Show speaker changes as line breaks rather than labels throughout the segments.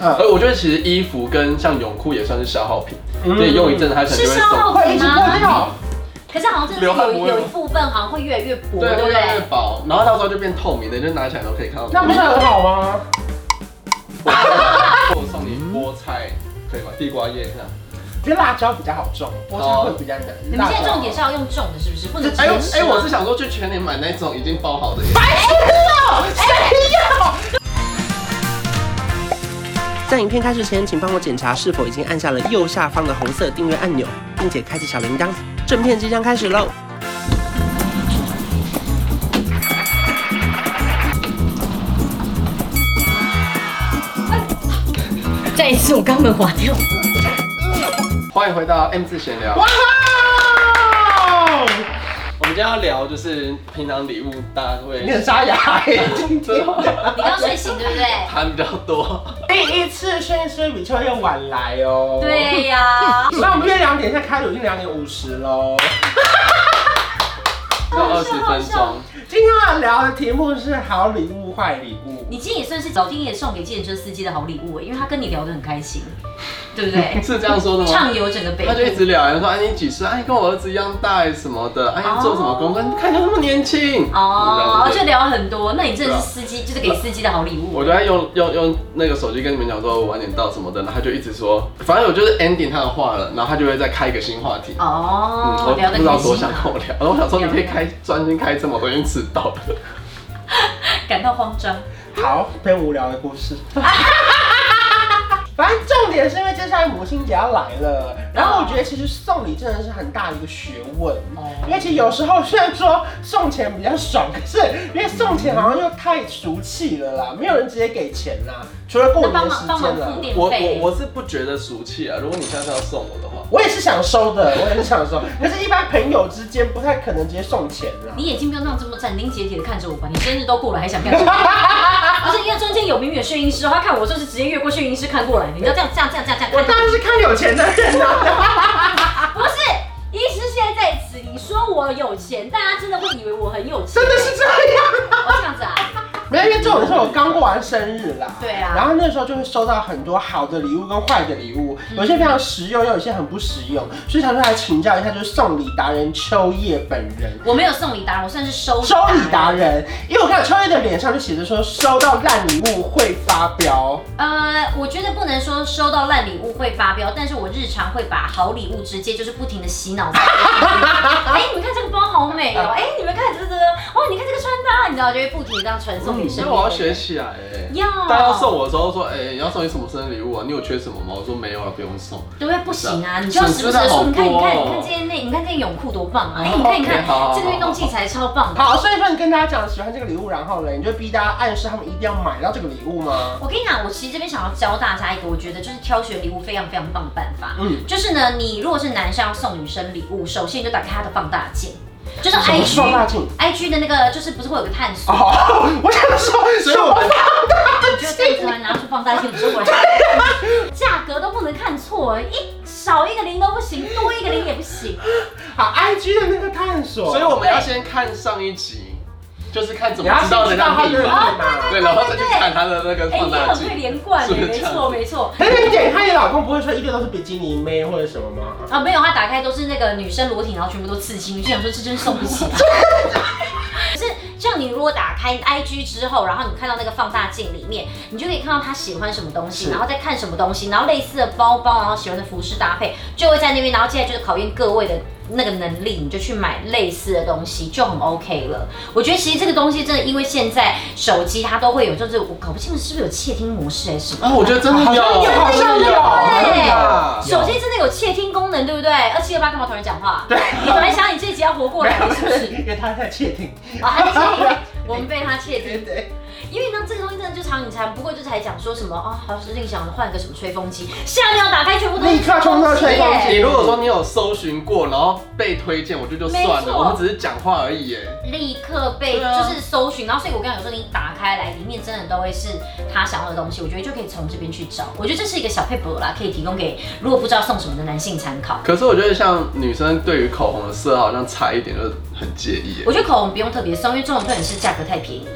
嗯
而我觉得其实衣服跟像泳裤也算是消耗品，
嗯
所以用一阵子它可能
是
就会
消
松。
耗
快一
品
直快
吗？
掉，
可是好像真的
流
是
汗
有
不会吗
有一部分好像会越来越薄，
对，
对不
会越来越
对？
薄，然后到时候就变透明的，就拿起来都可以看到。
那不是
啊
很好吗？
我我送你菠菜，可以吗？地瓜叶这样。
其实辣椒比较好种，菠菜会比较难。
你们现在重点是要用重的，是不是？啊不能直
哎
接
呦
吃
哎，
吗。
我是想说去全年买那种已经包好的耶。
哎
哎
在影片开始前，请帮我检查是否已经按下了右下方的红色订阅按钮，并且开启小铃铛。正片即将开始喽！
再一次，我肛门滑掉。
欢迎回到 M 字闲聊，
哇哦！
我们今天要聊就是平常礼物大家都
你很
会
沙哑耶，今天
你刚睡醒对 不对？
谈比较 多，
第一次先睡比秋又晚来哦。。
对呀、
所以我们约两点，现在开始已经两点五十喽。
就二十分钟。？
今天要聊的题目是好礼物、坏礼物。
你今天也算是老天爷送给计程车司机的好礼物，因为他跟你聊得很开心，对不 对
是这样说的吗
畅？游整个 北
他就一
部。
直聊，然后说：“哎，你几岁？哎，你跟我儿子一样大什么的？哎，你做什么工作？
哦
你看起来那么年轻。”
哦，
这
就
样子
聊很多。那你真
啊
的是司机，就是给司机的好礼物
我。就在用用用那个手机跟你们讲说，我晚点到什么的，然后他就一直说，反正我就是 ending 他的话了，然后他就会再开一个新话题。嗯，
哦
我，
聊
不
得
知道
开
多
心
想跟
啊
我，聊，然后我想说你可以
聊得
开专心开这么多天迟到的。
感到慌张。
好，偏无聊的故 事。反正重点是因为接下来母亲节要来了，然后我觉得其实送礼真的是很大的一个学问。
哦
因为其实有时候虽然说送钱比较爽，可是因为送钱好像又太俗气了啦，没有人直接给钱啦，除了过
那
年的
帮忙
时
帮忙
间
付
了。
啊我
电费。
我我是不觉得俗气啊，如果你下次要送我的话，
我也是想收的，我也是想收，可是一般朋友之间不太可能直接送钱啊啦。
你眼睛不要那样这么斩钉截铁的看着我吧，你生日都过了还想干什么？不是因为中间有明远眩晕师，他看我就是直接越过眩晕师看过来，你知道这样这样这样这样这
我
样
当然是看有钱的人啊啦。
不是，医师现在在此，你说我有钱，大家真的会以为我很有钱，
真的是这样。
我这样子啊？
没有，因为这种是我刚过完生日啦。
对啊
然后那时候就会收到很多好的礼物跟坏的礼物，
嗯
有些非常实用，又有些很不实用，所以想说来请教一下，就是送礼达人秋叶本人。
我没有送礼达人，我算是收
收礼达。人，因为我看到秋叶的脸上就写着说，收到烂礼物会发飙。
呃，我觉得不能说收到烂礼物会发飙，但是我日常会把好礼物直接就是不停的洗脑。 哎、你们看这个包好美哦、哎、你们看这个，哇，你看这个穿搭，你知道就会不停的这样传送给
所
身
以
边。
我要学。起来哎。
要。
大家送我的时候说，哎、你要送你什么生日礼物啊？你有缺什么吗？我说没有啊，不用送。
对不对？不行啊，
是啊
你就要时不时的说，
损
你
失了
看，你
好多
看，
哦
你看这件内，你看这件泳裤多棒啊！哎、
哦
你看，你看
OK，好好好
这个运动器材超棒的。
好，所以说你跟大家讲喜欢这个礼物，然后嘞，你就逼大家暗示他们一定要买到这个礼物吗？
我跟你讲，我其实这边想要教大家一个，我觉得就是挑选礼物非常非常棒的办法。
嗯
嗯，就是呢，你如果是男生要送女生礼物，首先你就打开他的放大镜，就是
什么是放大
IG
镜？
IG 的那个，就是不是会有个探索，
哦， 我想说，
所以我们
你就这样啊突然拿出放大镜，你说我来， 价格都不能看错，一少一个零都不行，多一个零也不行。
好，IG 的那个探索，
所以我们要先看上一集，就是看怎
你
么
要先
知道人
知道
家
他的哦
密
密
码，
码。
对，然后再去看他的那个
哎、
放
你
大
很会
镜。
连贯
是
的，
不是
没
这样
错没错。
等等姐，她你老公不会说一个都是比基尼妹或者什么吗？
啊，没有，他打开都是那个女生裸体，然后全部都刺青，就想说这真送 不起。可是像你如果打开 IG 之后，然后你看到那个放大镜里面，你就可以看到他喜欢什么东西，
是
然后再看什么东西，然后类似的包包，然后喜欢的服饰搭配，就会在那边。然后接下来就是考验各位的那个能力，你就去买类似的东西，就很 OK 了。我觉得其实这个东西真的，因为现在手机它都会有，就是我搞不清楚是不是有窃听模式还是什么。
啊，我觉得真的有，
好像有哎
好像有
手机真的有窃听功能，对不对？二七二八干嘛突然讲话？对，你本来想你这集要活过来的，是不是？
因为他在窃听。
啊，他窃听，我们被他窃
对
听，
对，
因为呢，这个东西真的就常你才，不过就是还讲说什么啊，好是令想换个什么吹风机，下秒打开全部都是
立刻冲到吹风机
你
耶
如果说你有搜寻过，然后被推荐，我觉得就算
没
了，
错
我们只是讲话而已耶。
立刻被
对啊
就是搜寻，然后所以我刚刚有说你打开来，里面真的都会是他想要的东西，我觉得就可以从这边去找，我觉得这是一个小配博啦，可以提供给如果不知道送什么的男性参考。
可是我觉得像女生对于口红的色号好像差一点就很介意耶，
我觉得口红不用特别送，因为这种重点是价格太便宜。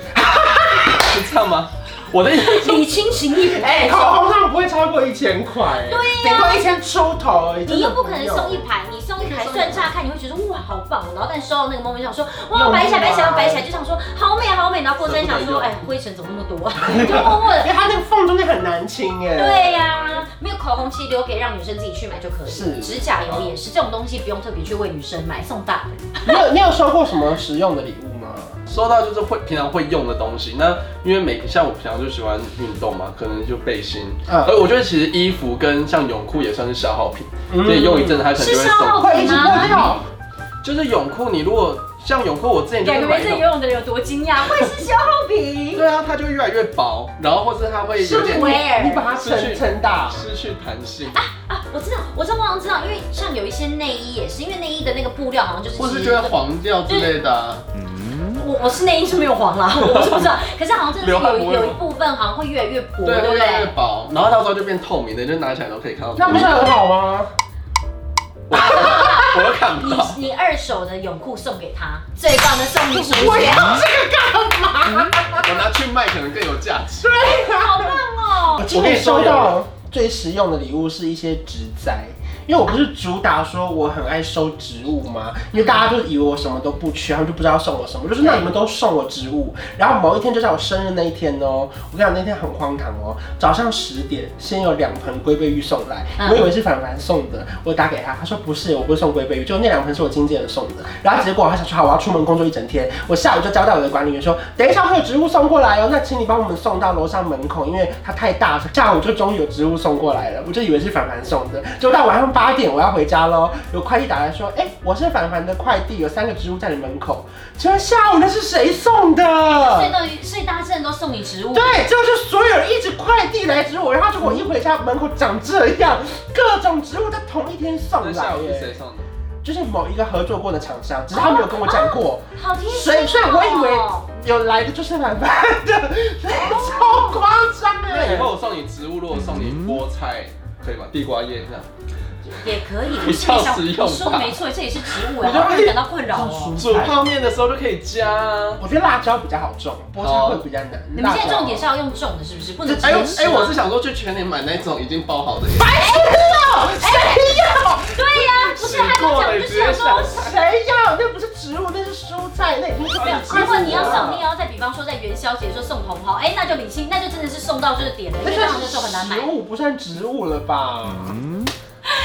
是这样吗？我的意思
礼轻情意不
哎，
哎，
口红上不会超过一千块，对呀，顶多一千出头而已。
你又
真的
不可能
用
送一排，你送一排
你可以送一排
算乍看你会觉得哇好棒，哦然后但收到那个 moment 想说
用
哇
力
摆起来摆起来
吗
摆起来，就想说好美啊好美，然后过三天想
舍不
说
得
哎灰尘怎么那么多啊，就默默
因
的。
为它那个缝中间很难清哎。
对呀、没有口红其实留给让女生自己去买就可以。
是
指甲油也是这种东西，不用特别去为女生买，送大人。
你有你有收过什么实用的礼物吗？
收到就是会平常会用的东西。那因为每像我平常就喜欢运动嘛，可能就背心。
嗯
而我觉得其实衣服跟像泳裤也算是消耗品，
嗯
所以用一阵子它可能
是
就会
消
送。
耗
会一
品
直破
吗？
掉。
就是泳裤，你如果像泳裤，我之前就
两
是
个
买
人在
那
游
种，
泳的人有多惊讶？会是消耗品？
对啊，它就会越来越薄，然后或是它会有点
是 Where？
你把它撑撑大。
失去弹性，
啊，我知道，我知道，我好像知道，因为像有一些内衣也是，因为内衣的那个布料好像就是其
或
实，
是就会黄掉之类的啊、
我我是内衣是没有黄啦， 我是不知道，可是好像真的
流
是
汗
有
不会吗
有一部分好像会越来越薄，
对，啊
对不
会越来越
对？
薄，然后到时候就变透明的，就拿起来都可以看到。
那
啊
不是很好吗？
我都看不
你
到。
你二手的泳裤送给他，最棒的送你手机，
啊我拿去卖可能更有价值。
好棒
我
哦！
今年收到最实用的礼物是一些植栽，因为我不是主打说我很爱收植物吗？因为大家就以为我什么都不缺，他们就不知道送我什么。我就是那你们都送我植物，然后某一天就在我生日那一天哦，我跟你讲那天很荒唐哦，早上十点先有两盆龟背玉送来，
嗯
我以为是凡凡送的，我打给他，他说不是，我不是送龟背玉，就那两盆是我经纪人送的。然后结果他想说好，我要出门工作一整天，我下午就交代我的管理员说，等一下会有植物送过来哦，那请你帮我们送到楼上门口，因为它太大了。下午就终于有植物送过来了，我就以为是凡凡送的，哦结果到晚上八点我要回家喽，有快递打来说，哎、我是凡凡的快递，有三个植物在你门口，请问下午那是谁送的？
啊
所以都所以大家真的都送你植物，
对，就是所有人一直快递来植物，然后结果一回家门口长这样，各种植物在同一天送
那
来。
下午是谁？
啊
送的？
就是某一个合作过的厂商，只是他没有跟我讲过，
好贴心
所以
哦。
所以我以为有来的就是凡凡的，所以超夸张
那以
哎！
后我送你植物，如果送你菠菜，可以吗？地瓜叶这样。
也可以，
比较实
你
用吧
说的没错，这也是植物哎，
我就
好让人感到困扰
这
哦
样。
煮泡面的时候就可以加啊。
我觉得辣椒比较好种，菠菜会比较难。
哦你们现在重点
是
是要用重的，是不是？不能直
哎呦
接吃
哎，
吗
我是想说去全年买那种已经包好的，
对呀，不是他跟
哎
我讲，我就想说。
谁要？那不是植物，那是蔬菜，那已经是
没有，啊如果哎你要送，你也要在，比方说在元宵节说送红包，哎、那就理性，那就真的是送到就是点了，因
那
为那
算
种就是是很难买
食。物，不算植物了吧？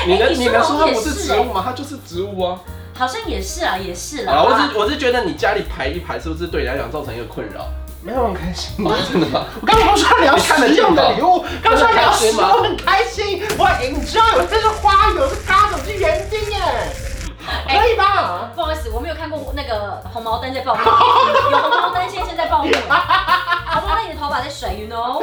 你能
哎你
你能
说
说
的
它
也
不是
是
植物吗？它就是植物啊。
好像也是啊，也是
好了，
啦。
我只我是觉得你家里排一排，是不是对你来讲造成一个困扰？
没有很开 心。
真的吗？
我刚刚不是说聊实用的礼物，刚刚说聊实用很开心，我 enjoy，我这是花园，我是咖种，我是园丁哎，
哎
可以吧？
不好意思，我没有看过那个红毛丹在报幕，有红毛丹先生在报幕，红毛丹你的头发在甩，you know？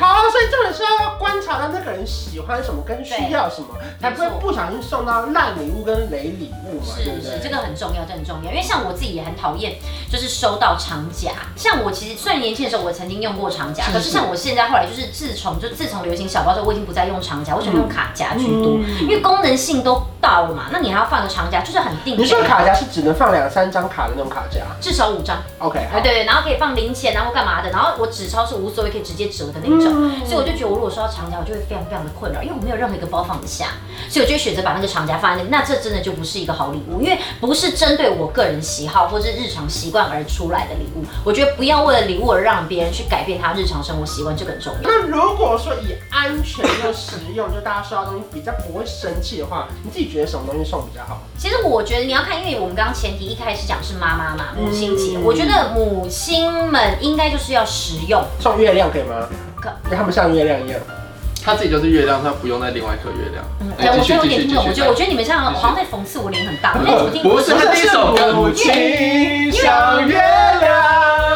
好，所以重点是要观察到那个人喜欢什么跟需要什么，才不会
没错
不小心送到烂礼物跟雷礼物嘛，对
是
不
是，
对？
这个很重要，这很重要。因为像我自己也很讨厌，就是收到长夹。像我其实虽然年轻的时候我曾经用过长夹，
是
可是像我现在后来就是自从就自从流行小包之后，我已经不再用长夹，我喜欢用卡夹居多，
嗯
因为功能性都到了嘛。那你还要放个长夹，就是很定。
你说卡夹是只能放两三张卡的那种卡夹
至少五张，
，OK？
哎
好
对对，然后可以放零钱啊或干嘛的，然后我纸钞是无所谓，可以直接折的那
嗯
种，所以我就觉得我如果收到长夹，我就会非常非常的困扰，因为我没有任何一个包放得下，所以我就会选择把那个长夹放在那里，那这真的就不是一个好礼物，因为不是针对我个人喜好或是日常习惯而出来的礼物，我觉得不要为了礼物而让别人去改变他日常生活习惯，这个很重要。
那如果说以安全又实用，就大家收到东西比较不会生气的话，你自己觉得什么东西送比较好？
其实我觉得你要看，因为我们刚刚前提一开始讲是妈妈嘛，母亲节，
嗯
我觉得母亲们应该就是要实用，
送月亮可以吗？
可
让他们像月亮一样。
它自己就是月亮，它不用再另外一颗月亮。
对，嗯哎我朋友有点听不懂，我觉得我
得。
觉得你们像好像在讽刺我脸很大，我那天听
不是，它第一首歌。
母亲像月 亮。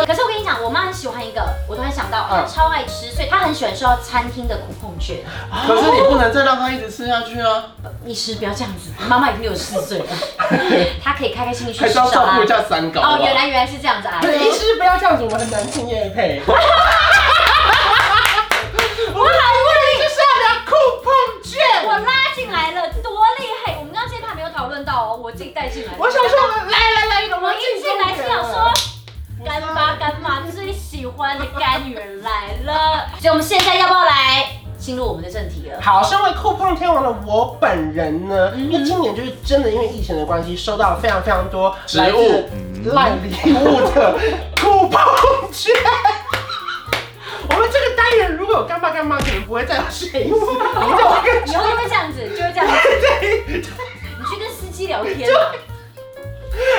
可是我跟你讲，我妈很喜欢一个，我突然想到，她
嗯
超爱吃，所以她很喜欢收到餐厅的苦碰券。
可是你不能再让它一直吃下去啊，
你吃不要这样子，妈妈已经六十四 岁了，她可以开开心心去
还
吃
是要照
上
顾一
啊。
下三高吧。
哦，原来原来是这样子啊！
对，医师不要这样子，我们很难听叶配。我还以为就是要聊酷碰
我
券。
拉进来了，多厉害！我们刚刚这一趴没有讨论到哦，我自己带进来。
我想说，来来来，我
我
们
一进来是想说，干妈干妈最喜欢的干女儿进入我们的正题了。
好，身为酷碰天王的我本人呢，因为今年就是真的因为疫情的关系，收到了非常非常多
植
来自
物
烂礼物的酷碰券。 我们这个单元如果有干爸干妈，可能不会再有谁，因为我们就跟
以后就会这样子，就会这样子。你去跟司机聊天啊。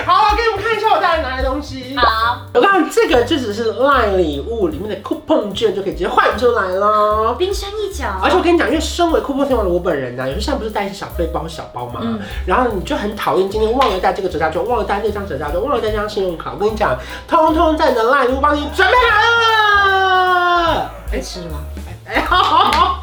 好，我给你们看一下我带来哪些东西。
好，
我看这个就只是 LINE 礼物里面的 coupon 券就可以直接换出来喽。
冰山一角。
而且我跟你讲，因为身为 coupon 天王的我本人呢、啊，有时候像不是带一些小背包、小包嘛，
嗯
然后你就很讨厌今天忘了带这个折价券，忘了带那张折价券，忘了带那张信用卡。我跟你讲，通通在你的 LINE 礼物帮你准备好了。
会吃吗？
哎，好好好，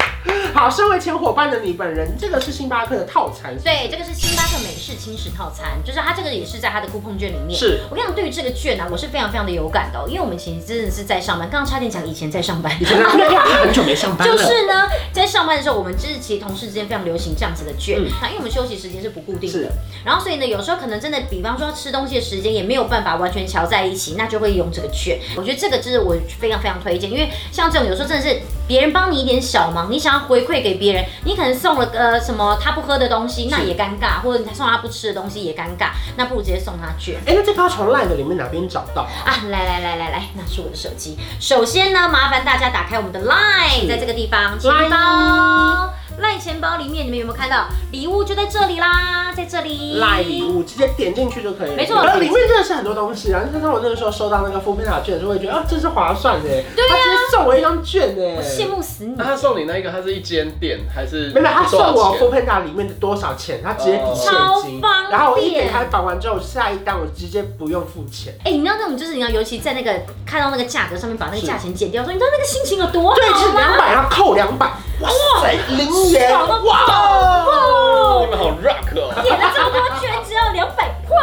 好，身为前伙伴的你本人，这个是星巴克的套餐，
对，这个是星巴克美式轻食套餐，就是它这个也是在它的 coupon 券里面。
是
我跟你讲，对于这个券啊呢、我是非常非常的有感的哦、因为我们以前真的是在上班，刚刚差点讲以前在上班。
以前呢，因为很久没上班
就
了，
是呢，在上班的时候，我们就是其实同事之间非常流行这样子的券，那、因为我们休息时间是不固定
嗯是
的，然后所以呢，有时候可能真的，比方说吃东西的时间也没有办法完全瞧在一起，那就会用这个券。我觉得这个就是我非常非常推荐，因为像这种有时候真的是别人帮你一点小忙，你想要回馈给别人，你可能送了呃什么他不喝的东西，那也尴尬，或者你送呃他不吃的东西也尴尬，那不如直接送他券。
哎、那这个要从 LINE 的里面哪边找到啊？
啊，来来来来来，那是我的手机。首先呢，麻烦大家打开我们的 Line，在这个地方，钱
Line
包，Line 钱包里面，你们有没有看到礼物就在这里啦，在这里。
赖礼物，直接点进去就可以了。
没错
然后里面真的是很多东西啊。就像我那个时候收到那个付费卡券，就会觉得啊，这是划算的。对他直接送我一张券呢。
我啊羡慕死你
那。他送你那个，它是一间店还是
没有，他送
多少
我
钱
f o o p a n d a 里面的多少钱，他直接抵现
超
金
方，便
然后我一点开绑完之后，下一单我直接不用付钱。
哎、你知道那种就是你要，尤其在那个看到那个价格上面把那个价钱减掉，说你知道那个心情有多
对，
好
是两
吗？
百，然后扣两百，哇塞，零元，
爽到爆
你们好 rock 哦！
点了这么多，居然只要两百块，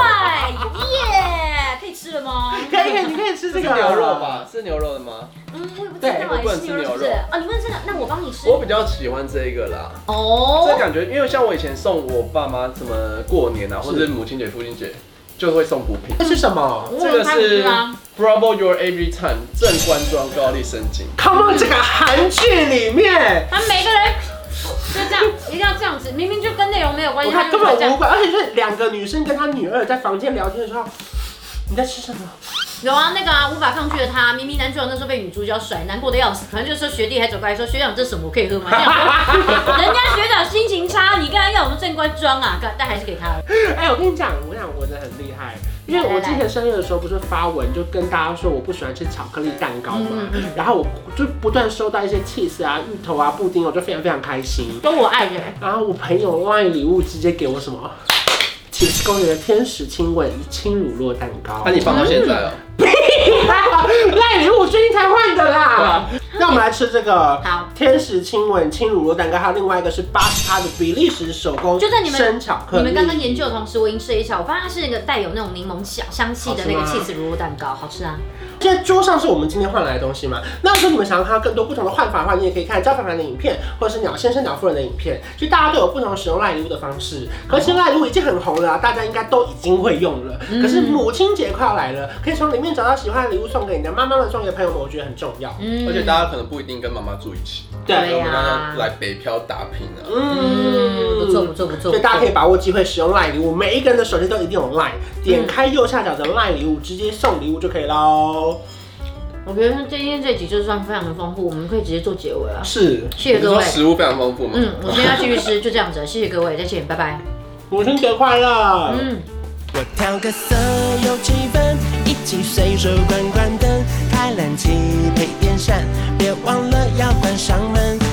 耶！可以吃了吗？
可以可以，你可以吃
是
这个
牛肉？吧？是牛肉的吗？
嗯，我也不知道
对
我不
哎，
能
是
吃
牛肉
牛
是不是
肉？
哦，你问这个，那我帮你吃。
我比较喜欢这个啦。
哦
这感觉，因为像我以前送我爸妈什么过年啊，或者是母亲节、父亲节，就会送补品。
这是什么
我
这个
帮你
是
吃啊。
Bravo Your Every Time 正官庄高丽参精，
？Come on，这个韩剧里面，
他每个人就这样，一定要这样子，明明就跟内容没有关系，
我看
他
根
就这
本无
样。
关，而且是两个女生跟她女儿在房间聊天的时候，你在吃什 么？
有啊，那个啊，无法抗拒的他，明明男主角那时候被女主角甩，难过的要死，反正就说学弟还走过来说学长这什么我可以喝吗？这样说 人家学长心情差，你刚才要我们正官装啊，干但还是给他了。
哎、我跟你讲，我跟你讲，我真的很厉害，因为
来来
我之前生日的时候不是发文就跟大家说我不喜欢吃巧克力蛋糕嘛，
嗯
然后我就不断收到一些 cheese 啊、芋头啊、布丁，我就非常非常开心。
说我爱人，
然后我朋友 LINE 礼物直接给我什么？起司公园的天使亲吻轻乳酪蛋糕
那、，你放到现在哦、
赖礼物最近才换的啦。那我们来吃这个
好
天使亲吻轻乳酪蛋糕，还有另外一个是八十趴的比利时手工
就在你们
生巧克
你
力。
们刚刚研究的同时，我已经试了一下，我发现它是那个带有那种柠檬香香气的那个
好吃吗
cheese 乳酪蛋糕，好吃啊！
这桌上是我们今天换来的东西嘛？那如果你们想要看到更多不同的换法的话，你也可以看焦凡凡的影片，或者是鸟先生、鸟夫人的影片。就大家都有不同使用赖礼物的方式，可是赖礼物已经很红了、啊，大家应该都已经会用了。
嗯
可是母亲节快要来了，可以从里面找到喜欢的礼物送给你的妈妈们、送给朋友们，我觉得很重要。
嗯
而且大家可能不一定跟妈妈住一起，
对
我们
呀
刚刚来北漂打拼啊。
嗯，不错不。错不错，
所以大家可以
不错
把握机会使用赖礼物，每一个人的手机都一定有赖，点开右下角的赖礼物，直接送礼物就可以喽。
我觉得今天这集就算非常的丰富，我们可以直接做结尾了。
是，
谢谢
你
各
说
位。
食物非常丰富嘛？
嗯，我现在要去律师，就这样子了，谢谢各位，再见，拜拜。
母亲节快乐。
嗯。
我调个色有气氛，一起随手关关灯，开冷气配电扇，别忘了要关上门。